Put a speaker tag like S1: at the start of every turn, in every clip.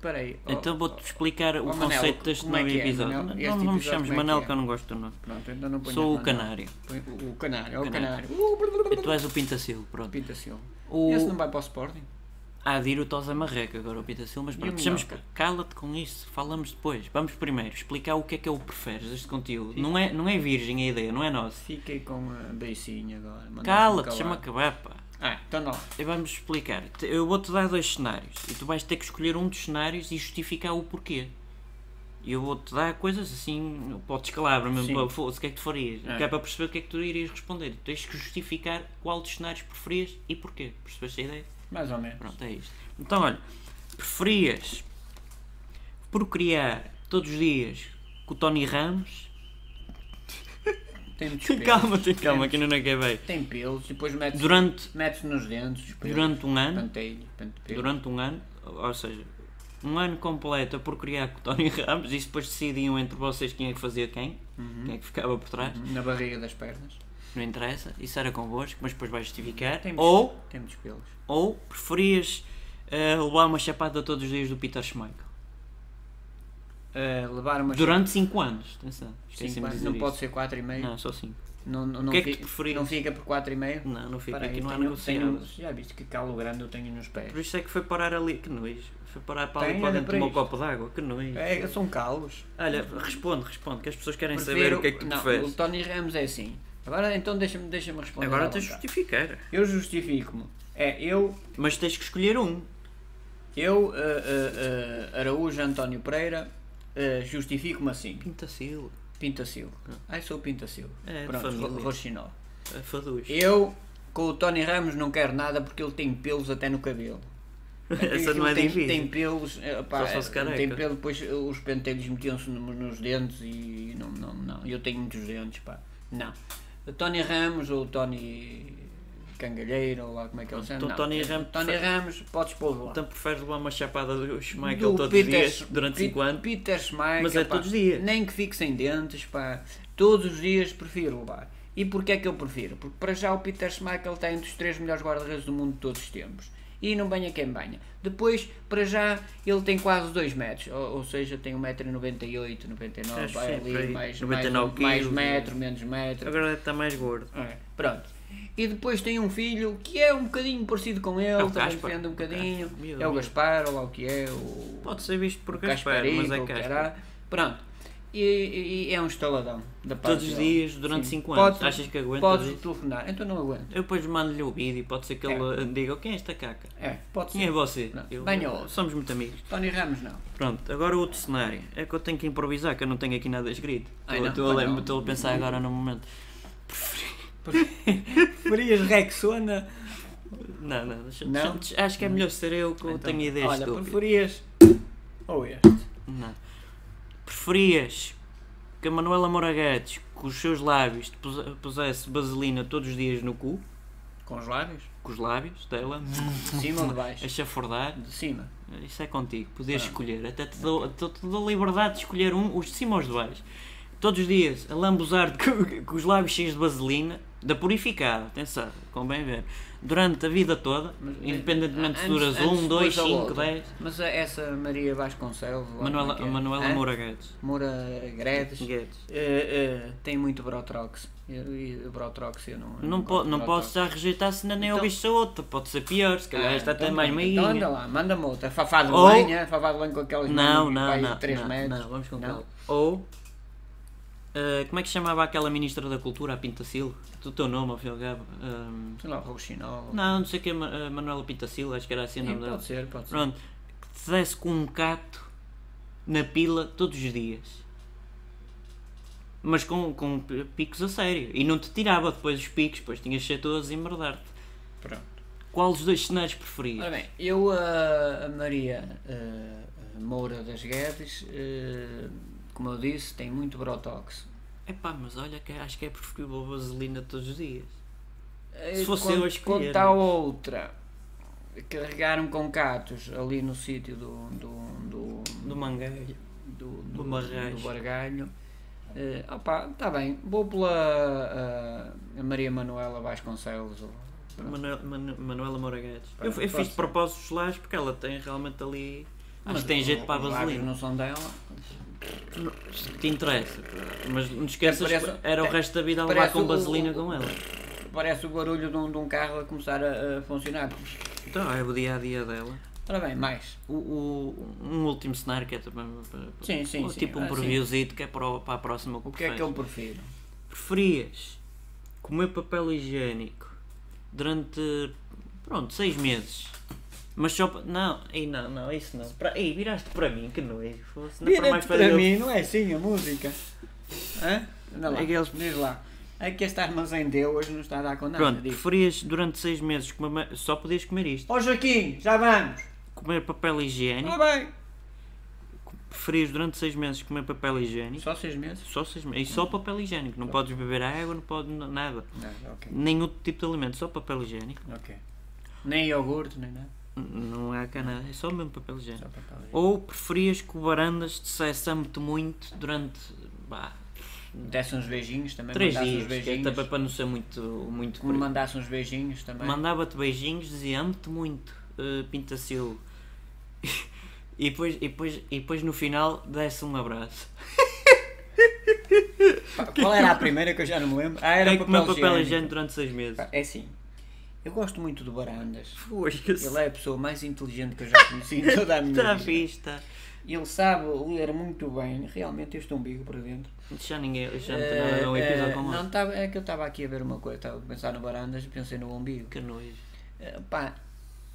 S1: peraí. eh, ó,
S2: Então vou-te explicar o
S1: oh, Manel,
S2: conceito deste
S1: como é
S2: novo
S1: que é,
S2: episódio.
S1: Manel?
S2: Não,
S1: Este
S2: não me
S1: episódio
S2: chames
S1: como é que
S2: Manel,
S1: é?
S2: que eu não gosto do nome.
S1: Pronto, ainda não ponho
S2: Sou o
S1: nada.
S2: canário.
S1: Põe O, o canário, é o
S2: Canário.
S1: canário.
S2: E tu és o Pintacil, pronto.
S1: Pinta Silva.
S2: O...
S1: Esse não vai para o Sporting?
S2: Há de ir o Tosa Marreca agora, o Pintacil, mas
S1: E
S2: pronto,
S1: o
S2: deixamos...
S1: Minhoca?
S2: Cala-te com isso, falamos depois. Vamos primeiro explicar o que é que é o preferes deste conteúdo. Não é, não é virgem a ideia, não é nossa.
S1: Fiquei com a beicinha agora. mandaste-me
S2: Cala-te,
S1: calar.
S2: chama acabar, pá.
S1: Ah, então não.
S2: E Vamos explicar. Te- Eu vou-te dar dois cenários e tu vais ter que escolher um dos cenários e justificar o porquê. E eu vou-te dar coisas assim, podes calabra mesmo,
S1: Sim.
S2: para, foda-se, o que é que tu farias?
S1: É.
S2: Que é para perceber o que é que tu irias responder. Tu tens que justificar qual dos cenários preferias e porquê. Percebeste a ideia?
S1: Mais ou menos.
S2: Pronto, é isto. Então, olha, preferias procriar todos os dias com o Tony Ramos?
S1: Tem muitos pelos.
S2: Calma, tem calma, que ainda não acabei.
S1: Tem pelos e depois metes,
S2: Durante,
S1: metes nos dentes. os pelos.
S2: durante um ano,
S1: Pentelho, pente- pelo.
S2: durante um ano, ou seja, um ano completo a procriar com o Tony Ramos e depois decidiam entre vocês quem é que fazia quem,
S1: Uhum.
S2: quem é que ficava por trás,
S1: Na barriga das pernas.
S2: não interessa, isso era convosco, mas depois vais justificar.
S1: Tem muitos-
S2: Ou,
S1: Tem muitos pelos.
S2: ou preferias eh, levar uma chapada todos os dias do Peter Schmeichel?
S1: Ah, levar uma
S2: Durante 5 anos, atenção,
S1: Cinco
S2: esqueci-me de
S1: anos,
S2: dizer
S1: não
S2: isso.
S1: pode ser 4,5.
S2: Não, só 5.
S1: Não, não, não,
S2: que é que
S1: fi-
S2: tu preferias?
S1: não fica por 4,5?
S2: Não, não fica,
S1: Espera aí,
S2: aqui não há
S1: tenho- tenho- um-
S2: negociadas.
S1: Já viste que calo grande eu tenho nos pés.
S2: Por isso é que foi parar ali, que nois. Foi parar para ali
S1: Tem,
S2: para
S1: olha
S2: dentro
S1: para
S2: de um
S1: isto.
S2: copo d'água, que nois.
S1: É, são calos.
S2: Olha, responde, responde, que as pessoas querem saber o que é que tu
S1: não,
S2: preferes.
S1: O Tony Ramos é assim. Agora então deixa-me deixa responder. à
S2: Agora tens de
S1: vontade.
S2: justificar.
S1: Eu justifico-me. É, eu,
S2: Mas tens que escolher um.
S1: eu ah, ah, ah, Araújo António Pereira, ah, justifico-me assim.
S2: Pintacil,
S1: Pinta Silva. Ai, sou o Pinta Silva.
S2: É, de
S1: Pronto,
S2: família.
S1: Ro- Rochinol.
S2: a faduz.
S1: Eu com o Tony Ramos não quero nada porque ele tem pelos até no cabelo.
S2: Essa não é
S1: Aquilo tem,
S2: difícil.
S1: Tem pelos, eh, pá,
S2: Só se fosse careca.
S1: tem pelo, depois eh, os pentelhos metiam-se no- nos dentes e não, não, não. Eu tenho muitos dentes, pá. Não. O Tony Ramos ou o Tony Cangalheiro ou lá como é que ele se chama.
S2: Então,
S1: não.
S2: Tony
S1: Eh,
S2: Ramos-
S1: Tony Ramos, podes pôr lá.
S2: Então preferes levar uma chapada do Schmeichel
S1: Do
S2: todos os
S1: Peter
S2: dias,
S1: Sch-
S2: durante
S1: Pe-
S2: 5 anos?
S1: Peter Schmeichel,
S2: Mas é
S1: pá,
S2: todos os dias.
S1: Nem que fique sem dentes, pá. Todos os dias prefiro levar. E porquê é que eu prefiro? Porque para já o Peter Schmeichel está entre os três melhores guarda-redes do mundo de todos os tempos. E não banha quem banha. Depois, para já, ele tem quase 2 metros. Ou, ou seja, tem 1,98m, 99
S2: Acho
S1: vai
S2: que
S1: ali,
S2: sim, por aí.
S1: mais, um, mais,
S2: 99
S1: mais
S2: quilos. é.
S1: metro, menos metro.
S2: Agora deve estar mais gordo.
S1: É, Pronto. E depois tem um filho que é um bocadinho parecido com ele,
S2: É o
S1: também
S2: Gaspar.
S1: defende um
S2: O Gaspar.
S1: bocadinho.
S2: Miúdo,
S1: é o
S2: miúdo.
S1: Gaspar, ou lá o que é, o
S2: Pode ser visto por Gaspar,
S1: Casparico,
S2: mas é Caspar.
S1: cará. Pronto. E, e- e é um estaladão da parte
S2: Todos os
S1: dele.
S2: dias, durante
S1: Sim.
S2: 5 anos.
S1: Podes-
S2: Achas que aguentas
S1: Podes
S2: isso?
S1: telefonar. Então não aguento.
S2: Eu depois mando-lhe o vídeo, pode ser que ele eh, diga, quem é esta caca?
S1: É, pode
S2: Quem é
S1: ser.
S2: você?
S1: Não.
S2: Eu-
S1: Venha lá.
S2: somos muito amigos.
S1: Tony Ramos não.
S2: Pronto, agora outro cenário. É que eu tenho que improvisar, que eu não tenho aqui nada escrito.
S1: Ai,
S2: Estou-
S1: não,
S2: Estou a
S1: pois
S2: lem-
S1: não.
S2: estou a pensar agora no momento.
S1: Farias Rexona?
S2: Não, não, deixa,
S1: Não? Então,
S2: deixa- acho que é melhor ser eu que eu tenho ideias
S1: Olha,
S2: estúpidas.
S1: preferias. Ou este.
S2: Não. Preferias que a Manuela Moraguetes, com os seus lábios, te puse- pusesse vaselina todos os dias no cu,
S1: Com os lábios?
S2: com os lábios dela,
S1: De cima ou de baixo?
S2: a chafurdar,
S1: De cima.
S2: isso é contigo, podias escolher, até te dou, te, te dou liberdade de escolher um, os de cima ou os de baixo. Todos os dias, a lambuzar com, com os lábios cheios de vaselina, da purificada, atenção, convém ver, durante a vida toda,
S1: Mas, eh,
S2: independentemente se
S1: antes-
S2: duras
S1: antes
S2: 1, 2,
S1: depois da
S2: 5,
S1: outra.
S2: 10.
S1: Mas a- essa Maria Vasconcelos. lá, como
S2: Manuela,
S1: é que é?
S2: Manuela
S1: Hã?
S2: Moraguetes.
S1: Moura Gredes.
S2: Guedes.
S1: Eh, eh, tem muito Brotrox. Eu- E o Brotrox eu não. eu
S2: Não, po
S1: gosto de
S2: não
S1: Brotrox.
S2: posso já rejeitar se ainda nem
S1: Então-
S2: ouviste a outra. Pode ser pior, se calhar esta até
S1: então
S2: mais
S1: manda- Então anda
S2: meia.
S1: lá, manda-me outra. Fafá de
S2: Ou-
S1: lenha, fafá de lenha com aquelas
S2: Não, não,
S1: maminhas
S2: não.
S1: de pai de 3
S2: não,
S1: metros.
S2: não, vamos com
S1: Não?
S2: calma. Ou. ah, como é que se chamava aquela ministra da Cultura, a Pintacil? Do teu nome, ao fim e ao cabo. Ahm,
S1: Sei lá, Rouxinol.
S2: não, não sei o que é Ma- ah, Manuela Pintacil, acho que era assim o
S1: Sim,
S2: nome dela.
S1: pode ser, pode ser.
S2: Pronto, que te desse com um cato na pila todos os dias. Mas com, com picos a sério. E não te tirava depois os picos, pois tinhas de ser todas a embardar-te.
S1: Pronto.
S2: Qual dos dois cenários
S1: Ora
S2: preferias?
S1: bem, eu ah, a, a Maria eh, Moura das Guedes, eh, como eu disse, tem muito Brotox.
S2: Epá, mas olha que acho que é preferível a vaselina todos os dias.
S1: Eh,
S2: Se fosse
S1: quanto-
S2: eu a escolher, é?
S1: Quanto à outra, carregaram com catos ali no sítio do- do, do,
S2: Do mangueiro.
S1: do,
S2: Do
S1: do,
S2: Marrães.
S1: do Bargalho. Eh, opá, está bem, vou pela ah, a Maria Manuela Vasconcelos. ou- pronto.
S2: Manu- Manu- Manuela Moraguetes.
S1: Pá,
S2: Eu, eu fiz
S1: posso.
S2: de propósito os lares porque ela tem realmente ali Acho que tem jeito para a
S1: os lábios
S2: vaselina.
S1: um- não são dela.
S2: Se te interessa. Mas não te esqueças,
S1: Parece-
S2: que era o
S1: é,
S2: resto da vida a levar
S1: parece
S2: com
S1: o-
S2: vaselina
S1: o-
S2: com ela.
S1: Parece o barulho de um, de um carro a começar a, a funcionar.
S2: Então é o dia a dia dela.
S1: Ora bem, mais.
S2: O, o- um último cenário que é também para, para-
S1: Sim, sim,
S2: ou
S1: sim.
S2: tipo um
S1: Ah, sim.
S2: previewzito que é para, o- para a próxima
S1: O que é que eu prefiro?
S2: Preferias comer papel higiênico durante pronto, seis meses. Mas só para. Não, ei, não, não, isso não. Para, ei, viraste para mim, que nojo. Fosse, não é para mais fazer.
S1: não é assim a música. Hã? Anda lá.
S2: Aqueles-
S1: Diz lá. É que este armazém deu hoje não está a dar com nada.
S2: Pronto,
S1: diz.
S2: preferias durante seis meses comer, ma- só podias comer isto.
S1: Ó Joaquim, já vamos.
S2: Comer papel higiênico.
S1: Está bem.
S2: Preferias durante seis meses comer papel higiênico.
S1: Só seis meses?
S2: Só seis meses. E só papel higiênico. Não podes beber água, não podes n- nada.
S1: Não, ok.
S2: Nem outro tipo de alimento, só papel higiênico.
S1: Ok. Nem iogurte, nem nada.
S2: N- Não há cá nada, é só mesmo papel higiênico.
S1: Só para cá ali.
S2: Ou preferias que o Barandas dissesse-me-te muito durante bah,
S1: Desse uns beijinhos também.
S2: três
S1: mandasse
S2: dias,
S1: Uns
S2: que é
S1: beijinhos.
S2: também para não ser muito. muito
S1: Como
S2: por-
S1: mandasse uns beijinhos também.
S2: Mandava-te beijinhos, dizia amo-te muito, eh, Pintacil. E depois, e, depois, e depois no final desse um abraço.
S1: Pá, Qual era a primeira que eu já não me lembro? Ah, era
S2: Era
S1: papel,
S2: comer É papel higiênico
S1: higiênico.
S2: durante seis meses.
S1: Pá, É assim. Eu gosto muito do Barandas.
S2: Foda-se.
S1: Ele é a pessoa mais inteligente que eu já conheci em toda a minha
S2: Está
S1: vida.
S2: Tá fixe, está.
S1: Ele sabe ler muito bem, realmente este umbigo para dentro.
S2: Já ninguém. Já não tem nada a ver um episódio
S1: Eh,
S2: com
S1: não,
S2: outro.
S1: tava, é que eu estava aqui a ver uma coisa, estava a pensar no Barandas e pensei no umbigo.
S2: Que nojo.
S1: Eh, pá,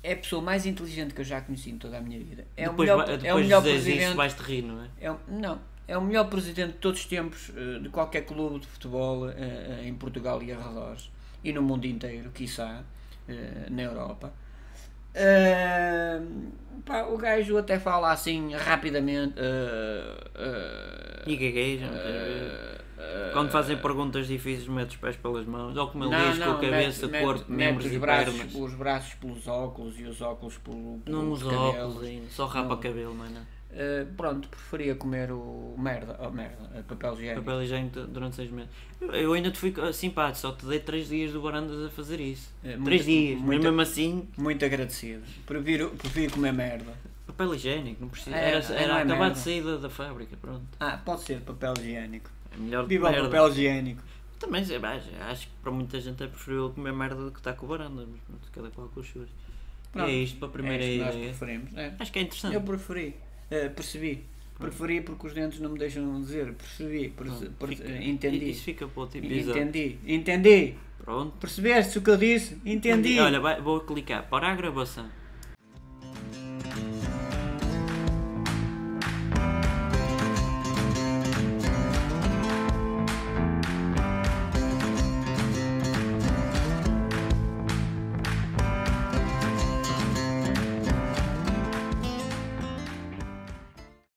S1: é a pessoa mais inteligente que eu já conheci em toda a minha vida. É
S2: depois
S1: o
S2: vai-
S1: melhor, é o
S2: depois
S1: melhor
S2: dizes
S1: presidente.
S2: isso, vais-te rir, não é?
S1: É o- não, é o melhor presidente de todos os tempos eh, de qualquer clube de futebol eh, eh, em Portugal e arredores e no mundo inteiro, quiçá, eh, na Europa. Eh, pá, o gajo até fala assim rapidamente. eh, eh,
S2: E gaguejam. estás a ver? Quando fazem perguntas difíceis, metes os pés pelas mãos. Ou como ele diz, com a cabeça,
S1: mete-
S2: corpo,
S1: mete
S2: membros
S1: os
S2: e
S1: braços,
S2: pernas.
S1: os braços pelos óculos e os óculos pelo, pelos
S2: Não usa
S1: cabelos.
S2: óculos é. ainda, só rapa
S1: Não.
S2: cabelo, mano.
S1: Eh, pronto, preferia comer o merda, oh, merda, eh, papel higiênico.
S2: Papel higiênico durante seis meses. Eu- Eu ainda te fico ah, simpático, só te dei três dias do Barandas a fazer isso.
S1: É,
S2: Três
S1: muita-
S2: dias, mas
S1: muita-
S2: mesmo assim,
S1: Muito agradecido. Prefiro, prefiro comer merda.
S2: papel higiênico, não precisa.
S1: É,
S2: Era,
S1: não é
S2: era acabar
S1: merda.
S2: de sair da, da fábrica, pronto.
S1: Ah, pode ser papel higiênico.
S2: É melhor
S1: Viva
S2: que
S1: o
S2: merda.
S1: papel higiênico.
S2: Também sei lá, acho que para muita gente é preferível comer merda do que estar com o Barandas, mas pronto, cada qual com os seus. E
S1: Pronto,
S2: é isto para a primeira
S1: é isto que
S2: ideia. Hum.
S1: Nós preferimos. é.
S2: Acho que é interessante.
S1: Eu preferi. eh, percebi. Preferi porque os dentes não me deixam dizer. Percebi. perce-
S2: Pronto,
S1: perce-
S2: Hum. fica-
S1: eh, entendi.
S2: Isso fica para outro episódio.
S1: Entendi. Entendi.
S2: Pronto.
S1: Percebeste o que eu disse? Entendi.
S2: Olha, vai- vou clicar. Para a gravação.